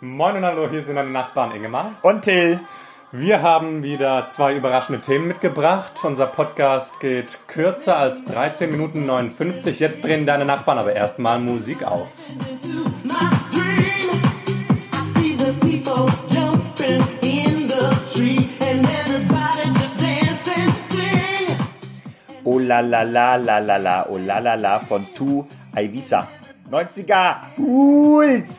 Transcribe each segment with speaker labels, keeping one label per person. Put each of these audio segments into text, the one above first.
Speaker 1: Moin und hallo, hier sind meine Nachbarn Ingemar.
Speaker 2: Und Till.
Speaker 1: Wir haben wieder zwei überraschende Themen mitgebracht. Unser Podcast geht kürzer als 13 Minuten 59. Jetzt drehen deine Nachbarn aber erstmal Musik auf.
Speaker 2: Oh la la la la la la, oh la la la von Tu Ivisa. 90er Rules.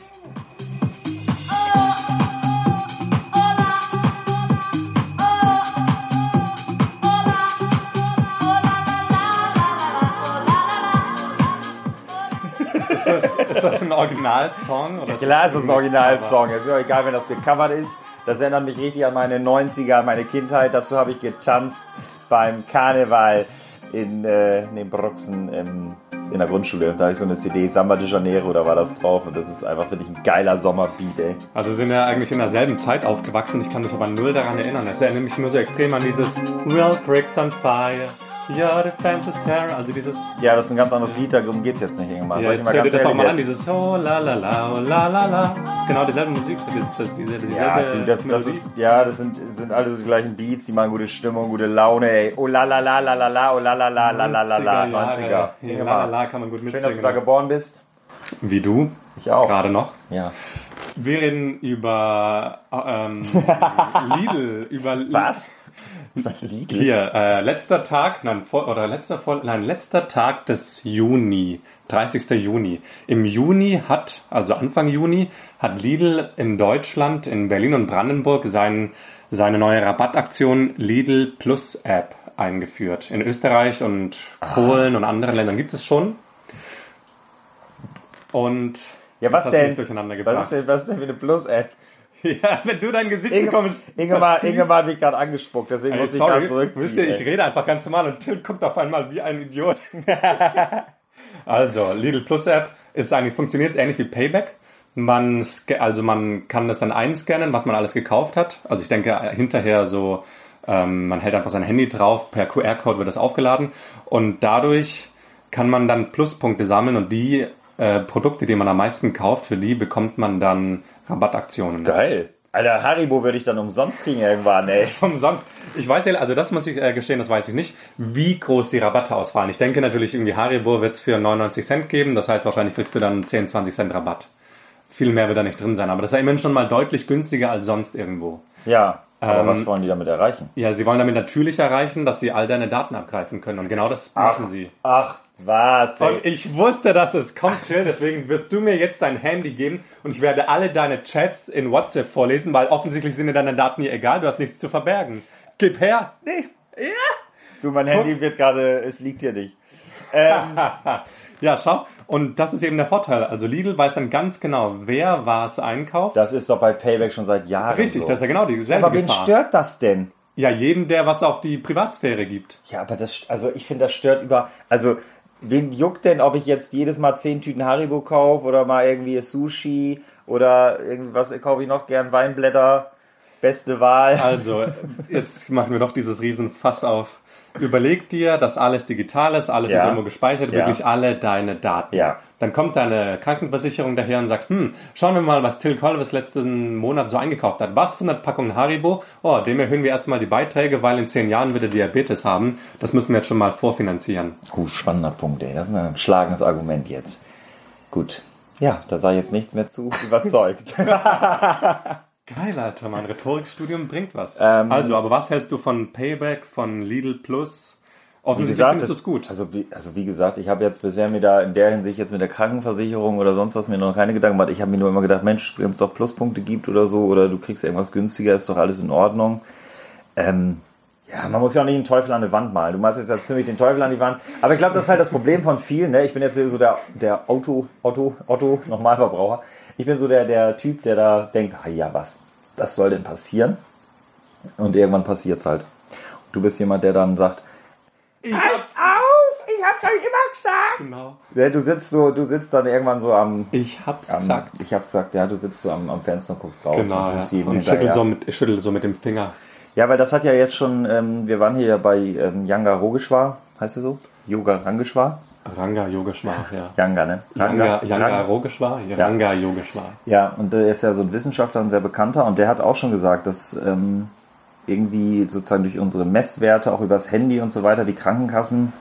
Speaker 1: Ist das, ist das ein Originalsong? Oder
Speaker 2: Klar, es ist ein Originalsong. Es ist mir egal, wenn das gecovert ist. Das erinnert mich richtig an meine 90er, meine Kindheit. Dazu habe ich getanzt beim Karneval in äh, Nebenbruxen im, in der Grundschule. Da habe ich so eine CD, Samba de Janeiro, da war das drauf. Und das ist einfach, finde ich, ein geiler Sommerbeat, ey.
Speaker 1: Also sind wir eigentlich in derselben Zeit aufgewachsen. Ich kann mich aber null daran erinnern. Es erinnert mich nur so extrem an dieses Real Bricks on Fire. Your defense is terror. Also dieses
Speaker 2: Ja, das ist ein ganz anderes Lied, darum geht's jetzt nicht irgendwann.
Speaker 1: Ja,
Speaker 2: Soll ich
Speaker 1: jetzt hör dir das auch
Speaker 2: ehrlich
Speaker 1: mal an,
Speaker 2: jetzt-
Speaker 1: dieses Oh la la la, oh la la la. Das ist genau dieselbe Musik, diese, diese, dieselbe
Speaker 2: Ja, du, das, das
Speaker 1: Melodie.
Speaker 2: ist, ja, das sind, sind alle so die gleichen Beats, die machen gute Stimmung, gute Laune, ey. Oh la la la la la la, oh la la la la la la la, 90er.
Speaker 1: 90er. Ja, la la la kann man gut
Speaker 2: Schön, dass du
Speaker 1: mitsingen.
Speaker 2: da Oh. geboren bist.
Speaker 1: Wie du,
Speaker 2: Ich auch.
Speaker 1: gerade noch.
Speaker 2: Ja.
Speaker 1: Wir reden über ähm, Lidl, über Lidl.
Speaker 2: Was? Hier.
Speaker 1: Hier, äh, letzter Tag, nein, vor, oder letzter, vor, nein, letzter Tag des Juni, 30. Juni. Im Juni hat, also Anfang Juni, hat Lidl in Deutschland, in Berlin und Brandenburg seinen, seine neue Rabattaktion Lidl Plus App eingeführt. In Österreich und
Speaker 2: Ah.
Speaker 1: Polen und anderen Ländern gibt es schon. Und
Speaker 2: Ja,
Speaker 1: das hast
Speaker 2: was
Speaker 1: du mich
Speaker 2: denn?
Speaker 1: Durcheinander
Speaker 2: Was ist
Speaker 1: gebracht.
Speaker 2: denn, was ist denn für eine Plus-App?
Speaker 1: Ja, wenn du dein Gesicht
Speaker 2: Inge,
Speaker 1: komisch
Speaker 2: Ingemar,
Speaker 1: verziehst.
Speaker 2: Ingemar hat mich gerade angespuckt, deswegen
Speaker 1: Ey,
Speaker 2: muss ich gerade
Speaker 1: sorry,
Speaker 2: zurückziehen.
Speaker 1: wisst ihr, ich
Speaker 2: ey.
Speaker 1: rede einfach ganz normal und Till guckt auf einmal wie ein Idiot. also, Lidl Plus App ist eigentlich, funktioniert ähnlich wie Payback. Man, sca- also man kann das dann einscannen, was man alles gekauft hat. Also ich denke äh, hinterher so, ähm, man hält einfach sein Handy drauf, per QR-Code wird das aufgeladen und dadurch kann man dann Pluspunkte sammeln und die äh, Produkte, die man am meisten kauft, für die bekommt man dann Rabattaktionen.
Speaker 2: Geil. Alter, Haribo würde ich dann umsonst kriegen irgendwann, ey.
Speaker 1: vom Samt. Ich weiß ja, also das muss ich äh, gestehen, das weiß ich nicht, wie groß die Rabatte ausfallen. Ich denke natürlich irgendwie Haribo wird's für 99 Cent geben, das heißt wahrscheinlich kriegst du dann 10, 20 Cent Rabatt. Viel mehr wird da nicht drin sein, aber das ist ja immerhin schon mal deutlich günstiger als sonst irgendwo.
Speaker 2: Ja, aber
Speaker 1: Ähm,
Speaker 2: was wollen die damit erreichen?
Speaker 1: Ja, sie wollen damit natürlich erreichen, dass sie all deine Daten abgreifen können und genau das machen sie.
Speaker 2: Ach, was, ey.
Speaker 1: Und ich wusste, dass es kommt, Till, deswegen wirst du mir jetzt dein Handy geben und ich werde alle deine Chats in WhatsApp vorlesen, weil offensichtlich sind dir deine Daten hier egal, du hast nichts zu verbergen. Gib her! Nee.
Speaker 2: Du, mein Handy wird gerade, es liegt hier nicht. Ähm,
Speaker 1: Ja, schau. Und das ist eben der Vorteil. Also Lidl weiß dann ganz genau, wer was einkauft.
Speaker 2: das ist doch bei Payback schon seit Jahren.
Speaker 1: Richtig,
Speaker 2: so.
Speaker 1: das ist ja genau dieselbe
Speaker 2: Aber wen
Speaker 1: Gefahr.
Speaker 2: stört das denn?
Speaker 1: Ja, jeden, der was auf die Privatsphäre gibt.
Speaker 2: Ja, aber das, also ich finde, das stört über, also wen juckt denn, ob ich jetzt jedes Mal zehn Tüten Haribo kaufe oder mal irgendwie Sushi oder irgendwas kaufe ich noch gern Weinblätter, beste Wahl.
Speaker 1: Also, jetzt machen wir doch dieses Riesenfass auf. Überleg dir, dass alles digital ist, alles
Speaker 2: Ja.
Speaker 1: ist irgendwo gespeichert,
Speaker 2: Ja.
Speaker 1: wirklich alle deine Daten.
Speaker 2: Ja.
Speaker 1: Dann kommt deine Krankenversicherung daher und sagt, hm, schauen wir mal, was Till Colvis letzten Monat so eingekauft hat. Was 100 Packungen Haribo? Oh, dem erhöhen wir erstmal die Beiträge, weil in zehn Jahren wird er Diabetes haben. Das müssen wir jetzt schon mal vorfinanzieren.
Speaker 2: Uh, spannender Punkt, ey. Das ist ein schlagendes Argument jetzt. Gut. Ja, da sei jetzt nichts mehr zu überzeugt.
Speaker 1: Geil, Alter, mein Rhetorikstudium bringt was.
Speaker 2: Ähm,
Speaker 1: also, aber was hältst du von Payback, von Lidl Plus? Offensichtlich findest du es gut.
Speaker 2: Also wie, also wie gesagt, ich habe jetzt bisher mir da in der Hinsicht jetzt mit der Krankenversicherung oder sonst was mir noch keine Gedanken gemacht. Ich habe mir nur immer gedacht, Mensch, wenn es doch Pluspunkte gibt oder so oder du kriegst irgendwas günstiger, ist doch alles in Ordnung. Ähm, ja, man muss ja auch nicht den Teufel an die Wand malen. Du machst jetzt das ziemlich den Teufel an die Wand. Aber ich glaube, das ist halt das Problem von vielen. Ne? Ich bin jetzt so der, der Auto, Otto, Otto, Normalverbraucher. Ich bin so der, der Typ, der da denkt, ah ja, was, was soll denn passieren? Und irgendwann passiert's halt. Du bist jemand, der dann sagt, auf! Ich hab's euch immer gesagt!
Speaker 1: Genau.
Speaker 2: Ja, du sitzt so, du sitzt dann irgendwann so am.
Speaker 1: Ich hab's
Speaker 2: am
Speaker 1: gesagt.
Speaker 2: Ich hab's gesagt, ja, du sitzt so am, am Fenster und guckst raus.
Speaker 1: Genau,
Speaker 2: und
Speaker 1: ja.
Speaker 2: rufst jedem
Speaker 1: Und
Speaker 2: hinterher.
Speaker 1: schüttel so, mit, schüttel so mit dem Finger.
Speaker 2: Ja, weil das hat ja jetzt schon, ähm, wir waren hier ja bei ähm, Yanga Rogeshwar, heißt er so? Yoga Rangeshwar.
Speaker 1: Ranga Yogeshwar, ja.
Speaker 2: Yanga, ne?
Speaker 1: Ranga, Ranga Yogeshwar, Ranga Yogeshwar.
Speaker 2: Ja, und der ist ja so ein Wissenschaftler, ein sehr bekannter, und der hat auch schon gesagt, dass ähm, irgendwie sozusagen durch unsere Messwerte, auch übers Handy und so weiter, die Krankenkassen,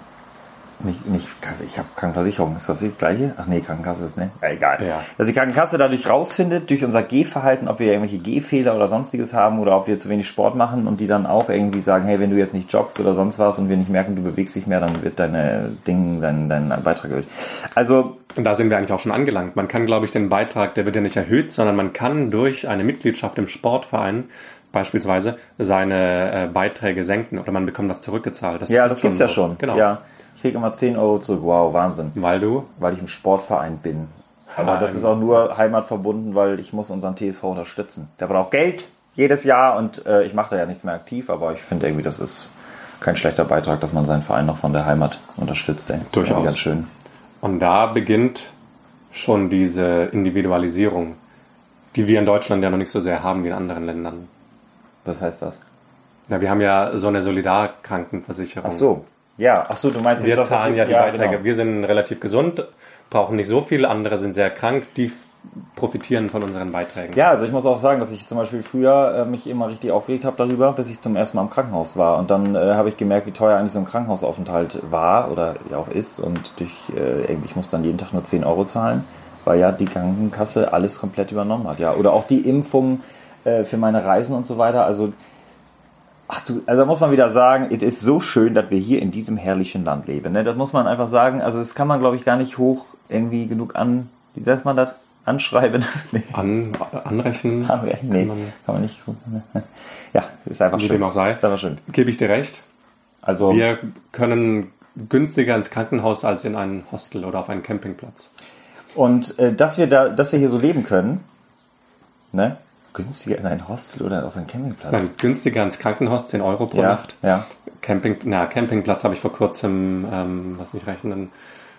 Speaker 2: nicht, nicht, ich habe Krankenversicherung, ist das das gleiche? Ach nee, Krankenkasse ist, ne? Ja, egal.
Speaker 1: Ja.
Speaker 2: Dass die Krankenkasse dadurch rausfindet, durch unser Gehverhalten, ob wir irgendwelche Gehfehler oder sonstiges haben oder ob wir zu wenig Sport machen und die dann auch irgendwie sagen, hey, wenn du jetzt nicht joggst oder sonst was und wir nicht merken, du bewegst dich mehr, dann wird deine Ding, dein, dein Beitrag erhöht. Also,
Speaker 1: Und da sind wir eigentlich auch schon angelangt. Man kann, glaube ich, den Beitrag, der wird ja nicht erhöht, sondern man kann durch eine Mitgliedschaft im Sportverein beispielsweise seine äh, Beiträge senken oder man bekommt das zurückgezahlt.
Speaker 2: ja,
Speaker 1: gibt's
Speaker 2: das gibt's ja
Speaker 1: so.
Speaker 2: schon.
Speaker 1: Genau.
Speaker 2: Ja. Ich kriege immer 10 Euro zurück. Wow, Wahnsinn.
Speaker 1: Weil du
Speaker 2: Weil ich im Sportverein bin. Aber
Speaker 1: Ah,
Speaker 2: das
Speaker 1: im-
Speaker 2: ist auch nur heimatverbunden, weil ich muss unseren TSV unterstützen. Der braucht Geld jedes Jahr und äh, ich mache da ja nichts mehr aktiv, aber ich finde irgendwie, das ist kein schlechter Beitrag, dass man seinen Verein noch von der Heimat unterstützt. Ey. Das ist irgendwie
Speaker 1: Durchaus.
Speaker 2: Ganz schön.
Speaker 1: Und da beginnt schon diese Individualisierung, die wir in Deutschland ja noch nicht so sehr haben wie in anderen Ländern.
Speaker 2: Was heißt das?
Speaker 1: Na, wir haben ja so eine Solidarkrankenversicherung.
Speaker 2: Ach so. Ja, ach so, du meinst
Speaker 1: Oh. Wir
Speaker 2: jetzt, dass-
Speaker 1: zahlen ja die Beiträge.
Speaker 2: Genau.
Speaker 1: Wir sind relativ gesund, brauchen nicht so viel. Andere sind sehr krank, die f- profitieren von unseren Beiträgen.
Speaker 2: Ja, also ich muss auch sagen, dass ich zum Beispiel früher äh, mich immer richtig aufgeregt habe darüber, bis ich zum ersten Mal im Krankenhaus war. Und dann äh, habe ich gemerkt, wie teuer eigentlich so ein Krankenhausaufenthalt war oder ja auch ist. Und durch, äh, irgendwie, ich muss dann jeden Tag nur 10 Euro zahlen, weil ja die Krankenkasse alles komplett übernommen hat. Ja, oder auch die Impfung äh, für meine Reisen und so weiter. Also, ach du, also da muss man wieder sagen, es ist so schön, dass wir hier in diesem herrlichen Land leben. Ne? Das muss man einfach sagen. Also das kann man, glaube ich, gar nicht hoch irgendwie genug an, wie sagt man das? Anschreiben. Nee.
Speaker 1: An, anrechnen,
Speaker 2: Haben wir, nee, kann man,
Speaker 1: man-
Speaker 2: nicht. Ja, ist einfach
Speaker 1: wie
Speaker 2: schön.
Speaker 1: dem auch sei,
Speaker 2: Ist einfach schön.
Speaker 1: gebe ich dir recht.
Speaker 2: Also,
Speaker 1: Wir können günstiger ins Krankenhaus als in ein Hostel oder auf einen Campingplatz.
Speaker 2: und äh, dass wir da, dass wir hier so leben können, ne? Günstiger in ein Hostel oder auf einen Campingplatz.
Speaker 1: Nein, günstiger ins Krankenhaus, 10 Euro pro
Speaker 2: ja,
Speaker 1: Nacht.
Speaker 2: ja.
Speaker 1: Camping, na, Campingplatz habe ich vor kurzem, ähm, lass mich rechnen,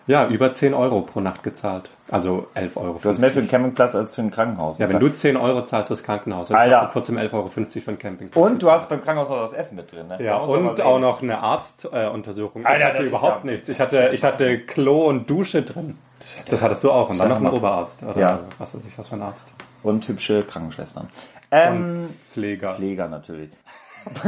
Speaker 1: ja, über 10 Euro pro Nacht gezahlt. Also 11 Euro.
Speaker 2: Du hast mehr für einen Campingplatz als für ein Krankenhaus.
Speaker 1: ja, wenn du 10 Euro zahlst fürs Krankenhaus, und ich
Speaker 2: Alter.
Speaker 1: habe vor kurzem 11,50 Euro für einen Campingplatz.
Speaker 2: und du hast beim Krankenhaus auch das Essen mit drin, ne?
Speaker 1: ja,
Speaker 2: Da musst du mal
Speaker 1: und
Speaker 2: sehen.
Speaker 1: auch noch eine Arztuntersuchung. Äh, Untersuchung. ich
Speaker 2: Alter,
Speaker 1: hatte
Speaker 2: das ist
Speaker 1: überhaupt
Speaker 2: ja-
Speaker 1: nichts. Ich hatte, ich hatte Klo und Dusche drin. Das hattest du auch. Und dann noch ein
Speaker 2: Hammer.
Speaker 1: Oberarzt. Oder
Speaker 2: Ja.
Speaker 1: was weiß ich, was für ein Arzt.
Speaker 2: Und hübsche Krankenschwestern. Ähm,
Speaker 1: Pfleger.
Speaker 2: Pfleger natürlich.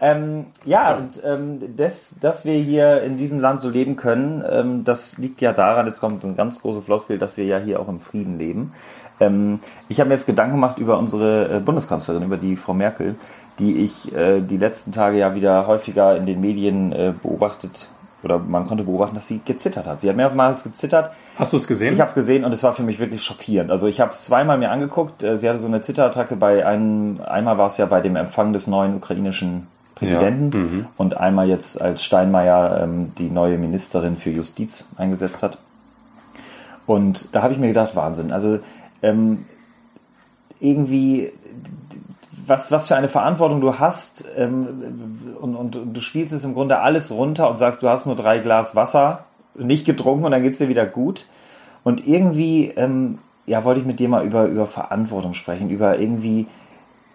Speaker 2: ähm, ja, und ähm, das, dass wir hier in diesem Land so leben können, ähm, das liegt ja daran, jetzt kommt eine ganz große Floskel, dass wir ja hier auch im Frieden leben. Ähm, ich habe mir jetzt Gedanken gemacht über unsere äh, Bundeskanzlerin, über die Frau Merkel, die ich äh, die letzten Tage ja wieder häufiger in den Medien äh, beobachtet oder man konnte beobachten, dass sie gezittert hat. Sie hat mehrmals gezittert.
Speaker 1: Hast du es gesehen?
Speaker 2: Ich habe es gesehen und es war für mich wirklich schockierend. Also ich habe es zweimal mir angeguckt. Äh, Sie hatte so eine Zitterattacke bei einem, einmal war es ja bei dem Empfang des neuen ukrainischen Präsidenten
Speaker 1: Ja, mhm.
Speaker 2: und einmal jetzt als Steinmeier ähm, die neue Ministerin für Justiz eingesetzt hat. Und da habe ich mir gedacht, Wahnsinn. Also ähm, irgendwie, was, was für eine Verantwortung du hast ähm, und, und, und du spielst es im Grunde alles runter und sagst, du hast nur drei Glas Wasser nicht getrunken und dann geht's dir wieder gut. Und irgendwie, ähm, ja, wollte ich mit dir mal über, über Verantwortung sprechen, über irgendwie,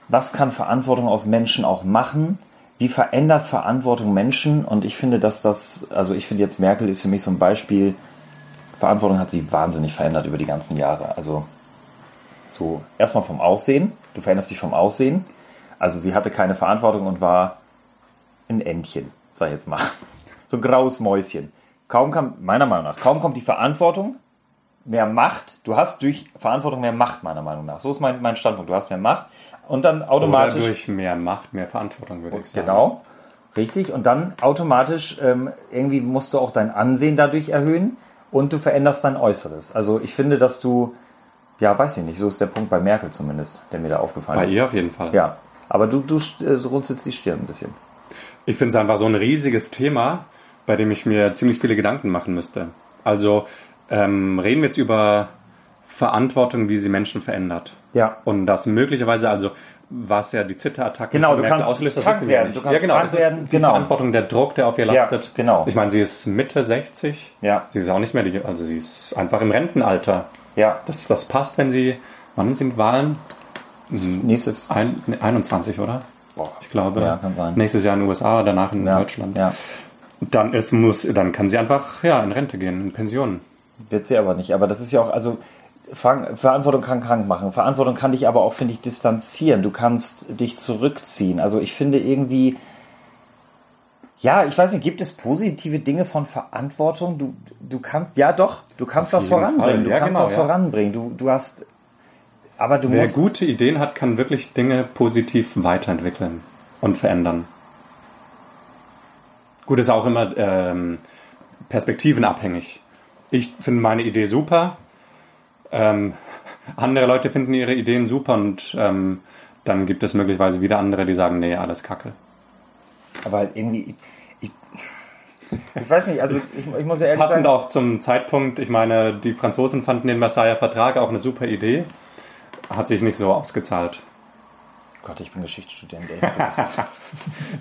Speaker 2: was kann Verantwortung aus Menschen auch machen? Wie verändert Verantwortung Menschen? Und ich finde, dass das, also ich finde jetzt Merkel ist für mich so ein Beispiel. Verantwortung hat sie wahnsinnig verändert über die ganzen Jahre. Also so erstmal vom Aussehen. Du veränderst dich vom Aussehen. Also sie hatte keine Verantwortung und war ein Entchen, sag ich jetzt mal. So ein graues Mäuschen. Kaum kam, meiner Meinung nach, kaum kommt die Verantwortung, mehr Macht. Du hast durch Verantwortung mehr Macht, meiner Meinung nach. So ist mein, mein Standpunkt. Du hast mehr Macht und dann
Speaker 1: Oder
Speaker 2: automatisch.
Speaker 1: durch mehr Macht, mehr Verantwortung, würde ich sagen.
Speaker 2: Genau, richtig. Und dann automatisch ähm, irgendwie musst du auch dein Ansehen dadurch erhöhen und du veränderst dein Äußeres. Also ich finde, dass du, ja, weiß ich nicht, so ist der Punkt bei Merkel zumindest, der mir da aufgefallen
Speaker 1: Bei
Speaker 2: ist.
Speaker 1: ihr auf jeden Fall.
Speaker 2: Ja, aber du, du äh, runzelst die Stirn ein bisschen.
Speaker 1: Ich finde es einfach so ein riesiges Thema, bei dem ich mir ziemlich viele Gedanken machen müsste. Also ähm, reden wir jetzt über Verantwortung, wie sie Menschen verändert.
Speaker 2: Ja.
Speaker 1: Und das möglicherweise, also was ja die Zitterattacke
Speaker 2: Genau,
Speaker 1: von
Speaker 2: du
Speaker 1: Merkel
Speaker 2: kannst
Speaker 1: auslöst, das
Speaker 2: krank
Speaker 1: wissen wir
Speaker 2: werden,
Speaker 1: nicht.
Speaker 2: du kannst
Speaker 1: ja, genau,
Speaker 2: krank
Speaker 1: das ist
Speaker 2: werden,
Speaker 1: die
Speaker 2: genau.
Speaker 1: Verantwortung, der Druck, der auf ihr
Speaker 2: Ja,
Speaker 1: lastet.
Speaker 2: genau.
Speaker 1: Ich meine, sie ist Mitte 60.
Speaker 2: Ja.
Speaker 1: Sie ist auch nicht mehr, die, also sie ist einfach im Rentenalter.
Speaker 2: Ja,
Speaker 1: Das, das passt, wenn sie, wann sind Wahlen?
Speaker 2: nächstes.
Speaker 1: Ein, nee, 21, oder?
Speaker 2: Boah.
Speaker 1: Ich glaube,
Speaker 2: Ja, kann sein.
Speaker 1: nächstes Jahr in den USA, danach in
Speaker 2: ja,
Speaker 1: Deutschland.
Speaker 2: Ja.
Speaker 1: dann ist, muss, dann kann sie einfach ja, in Rente gehen, in Pension.
Speaker 2: Wird sie aber nicht. Aber das ist ja auch, also Fang, Verantwortung kann krank machen. Verantwortung kann dich aber auch, finde ich, distanzieren. Du kannst dich zurückziehen. Also ich finde irgendwie, ja, ich weiß nicht, gibt es positive Dinge von Verantwortung? Du, du kannst, ja doch, du kannst
Speaker 1: Auf
Speaker 2: was
Speaker 1: jeden Fall.
Speaker 2: voranbringen. Du
Speaker 1: Ja,
Speaker 2: kannst
Speaker 1: genau,
Speaker 2: was
Speaker 1: ja.
Speaker 2: voranbringen. Du, du hast, aber du
Speaker 1: Wer
Speaker 2: musst,
Speaker 1: gute Ideen hat, kann wirklich Dinge positiv weiterentwickeln und verändern. Gut ist auch immer ähm, perspektivenabhängig. Ich finde meine Idee super. Ähm, andere Leute finden ihre Ideen super und ähm, dann gibt es möglicherweise wieder andere, die sagen, nee, alles Kacke.
Speaker 2: aber irgendwie, ich, ich weiß nicht, also ich, ich muss ja ehrlich
Speaker 1: Passend
Speaker 2: sagen,
Speaker 1: auch zum Zeitpunkt, ich meine, die Franzosen fanden den Versailler Vertrag auch eine super Idee, hat sich nicht so ausgezahlt.
Speaker 2: Gott, ich bin Geschichtsstudent, ey.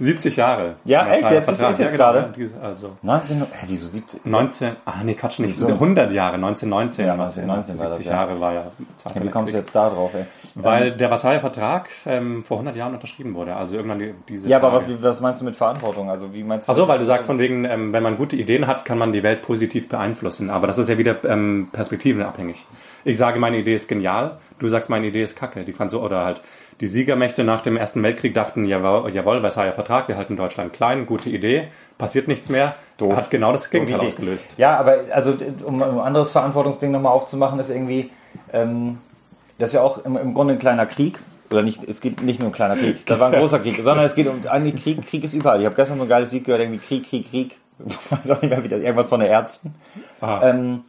Speaker 1: 70 Jahre.
Speaker 2: Ja, echt?
Speaker 1: Versailler
Speaker 2: Jetzt ist-
Speaker 1: Vertrag.
Speaker 2: ist jetzt
Speaker 1: Ja, genau,
Speaker 2: gerade?
Speaker 1: ja, diese- Also
Speaker 2: 19, hä, wieso 17?
Speaker 1: 19, ah nee, Quatsch, nicht,
Speaker 2: So.
Speaker 1: 100 Jahre, 1919.
Speaker 2: Ja,
Speaker 1: war es,
Speaker 2: 1919 war das,
Speaker 1: 70
Speaker 2: ja.
Speaker 1: Jahre war ja. Zweiter
Speaker 2: Wie kommst du
Speaker 1: Weltkrieg.
Speaker 2: jetzt ähm, da drauf, ey?
Speaker 1: Weil der Versailler Vertrag ähm, vor 100 Jahren unterschrieben wurde, also irgendwann die, diese
Speaker 2: Ja, aber was,
Speaker 1: Tage.
Speaker 2: wie- was meinst du mit Verantwortung? Also wie meinst du?
Speaker 1: Ach so, weil du sagst von wegen, ähm, wenn man gute Ideen hat, kann man die Welt positiv beeinflussen. Aber das ist ja wieder ähm, perspektivenabhängig. Ich sage, meine Idee ist genial, du sagst, meine Idee ist kacke. Die Franzo oder halt die Siegermächte nach dem Ersten Weltkrieg dachten, jawohl, jawohl Versailler Vertrag, wir halten Deutschland klein, gute Idee, passiert nichts mehr.
Speaker 2: Doof.
Speaker 1: Hat genau das Gegenteil
Speaker 2: Idee.
Speaker 1: ausgelöst.
Speaker 2: Ja, aber also um ein anderes Verantwortungsding nochmal aufzumachen, ist irgendwie, ähm, das ist ja auch im, im Grunde ein kleiner Krieg. Oder nicht, es geht nicht nur um ein kleiner Krieg, das war ein großer Krieg, sondern es geht um eigentlich Krieg, Krieg ist überall. Ich habe gestern so ein geiles Lied gehört, irgendwie Krieg, Krieg, Krieg. Ich weiß auch nicht mehr, wie das irgendwann von den Ärzten.
Speaker 1: Ah.
Speaker 2: Ähm,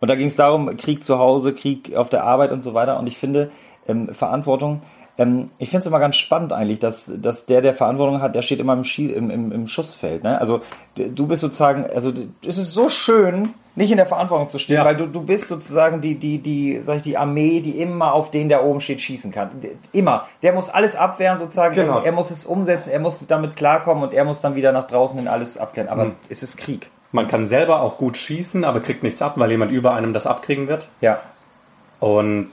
Speaker 2: und da ging es darum, Krieg zu Hause, Krieg auf der Arbeit und so weiter. Und ich finde, ähm, Verantwortung, ähm, ich finde es immer ganz spannend eigentlich, dass, dass der, der Verantwortung hat, der steht immer im, Schie im, im, im Schussfeld. Ne? Also d- du bist sozusagen, also d- es ist so schön, nicht in der Verantwortung zu stehen,
Speaker 1: Ja.
Speaker 2: weil du, du bist sozusagen die, die, die, sag ich, die Armee, die immer auf den, der oben steht, schießen kann. D- Immer. Der muss alles abwehren sozusagen,
Speaker 1: Genau.
Speaker 2: er muss es umsetzen, er muss damit klarkommen und er muss dann wieder nach draußen hin alles abklären.
Speaker 1: Hm.
Speaker 2: Aber es ist Krieg.
Speaker 1: Man kann selber auch gut schießen, aber kriegt nichts ab, weil jemand über einem das abkriegen wird.
Speaker 2: Ja.
Speaker 1: Und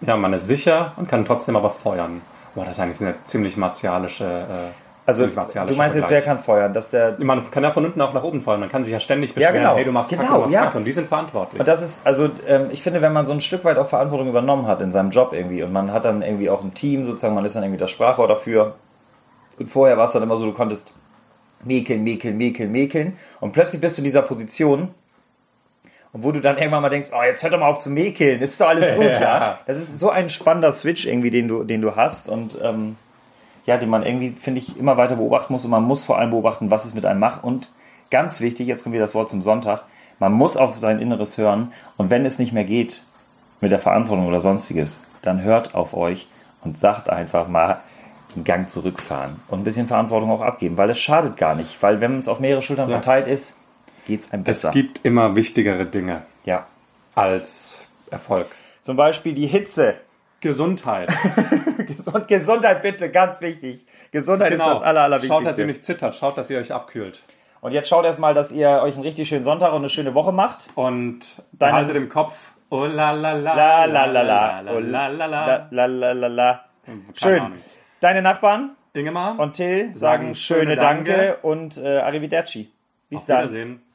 Speaker 1: ja, man ist sicher und kann trotzdem aber feuern. Boah, das ist eigentlich eine ziemlich martialische. Äh,
Speaker 2: Also,
Speaker 1: ziemlich
Speaker 2: du meinst
Speaker 1: martialischer
Speaker 2: jetzt, wer
Speaker 1: Vergleich.
Speaker 2: kann feuern? Dass der,
Speaker 1: Man kann ja von unten auch nach oben fallen. Man kann sich ja ständig beschweren,
Speaker 2: genau.
Speaker 1: hey, du machst Kacke,
Speaker 2: Genau,
Speaker 1: du machst
Speaker 2: ja.
Speaker 1: Kacke. Und die sind verantwortlich.
Speaker 2: und das ist, also, ähm, ich finde, wenn man so ein Stück weit auch Verantwortung übernommen hat in seinem Job irgendwie und man hat dann irgendwie auch ein Team sozusagen, man ist dann irgendwie das Sprachrohr dafür. Und vorher war es dann immer so, du konntest mäkeln, mäkeln, mäkeln, mäkeln. Und plötzlich bist du in dieser Position, und wo du dann irgendwann mal denkst, oh, jetzt hört doch mal auf zu mäkeln, ist doch alles gut, ja.
Speaker 1: Ja.
Speaker 2: Das ist so ein spannender Switch irgendwie, den du, den du hast und, ähm, ja, den man irgendwie, finde ich, immer weiter beobachten muss und man muss vor allem beobachten, was es mit einem macht und ganz wichtig, jetzt kommt wieder das Wort zum Sonntag, man muss auf sein Inneres hören und wenn es nicht mehr geht mit der Verantwortung oder sonstiges, dann hört auf euch und sagt einfach mal, einen Gang zurückfahren und ein bisschen Verantwortung auch abgeben, weil es schadet gar nicht, weil wenn es auf mehrere Schultern
Speaker 1: Ja.
Speaker 2: verteilt ist, geht's einem
Speaker 1: es
Speaker 2: besser.
Speaker 1: gibt immer wichtigere Dinge
Speaker 2: ja.
Speaker 1: als Erfolg.
Speaker 2: Zum Beispiel die Hitze.
Speaker 1: Gesundheit.
Speaker 2: Gesund Gesundheit bitte, ganz wichtig. Gesundheit ist das aller, allerwichtigste.
Speaker 1: Genau. Schaut, dass ihr nicht zittert. Schaut, dass ihr euch abkühlt.
Speaker 2: Und jetzt schaut erstmal, dass ihr euch einen richtig schönen Sonntag und eine schöne Woche macht.
Speaker 1: Und
Speaker 2: Deine-
Speaker 1: haltet im Kopf. Oh la la la.
Speaker 2: La la la la.
Speaker 1: Oh la la la.
Speaker 2: La la la la. la.
Speaker 1: Ahnung.
Speaker 2: Schön. Deine Nachbarn
Speaker 1: Ingemar.
Speaker 2: und Till
Speaker 1: Sagen
Speaker 2: sagen schöne
Speaker 1: schöne Danke.
Speaker 2: Danke und äh, Arrivederci. Bis
Speaker 1: auf
Speaker 2: dann.
Speaker 1: Wiedersehen.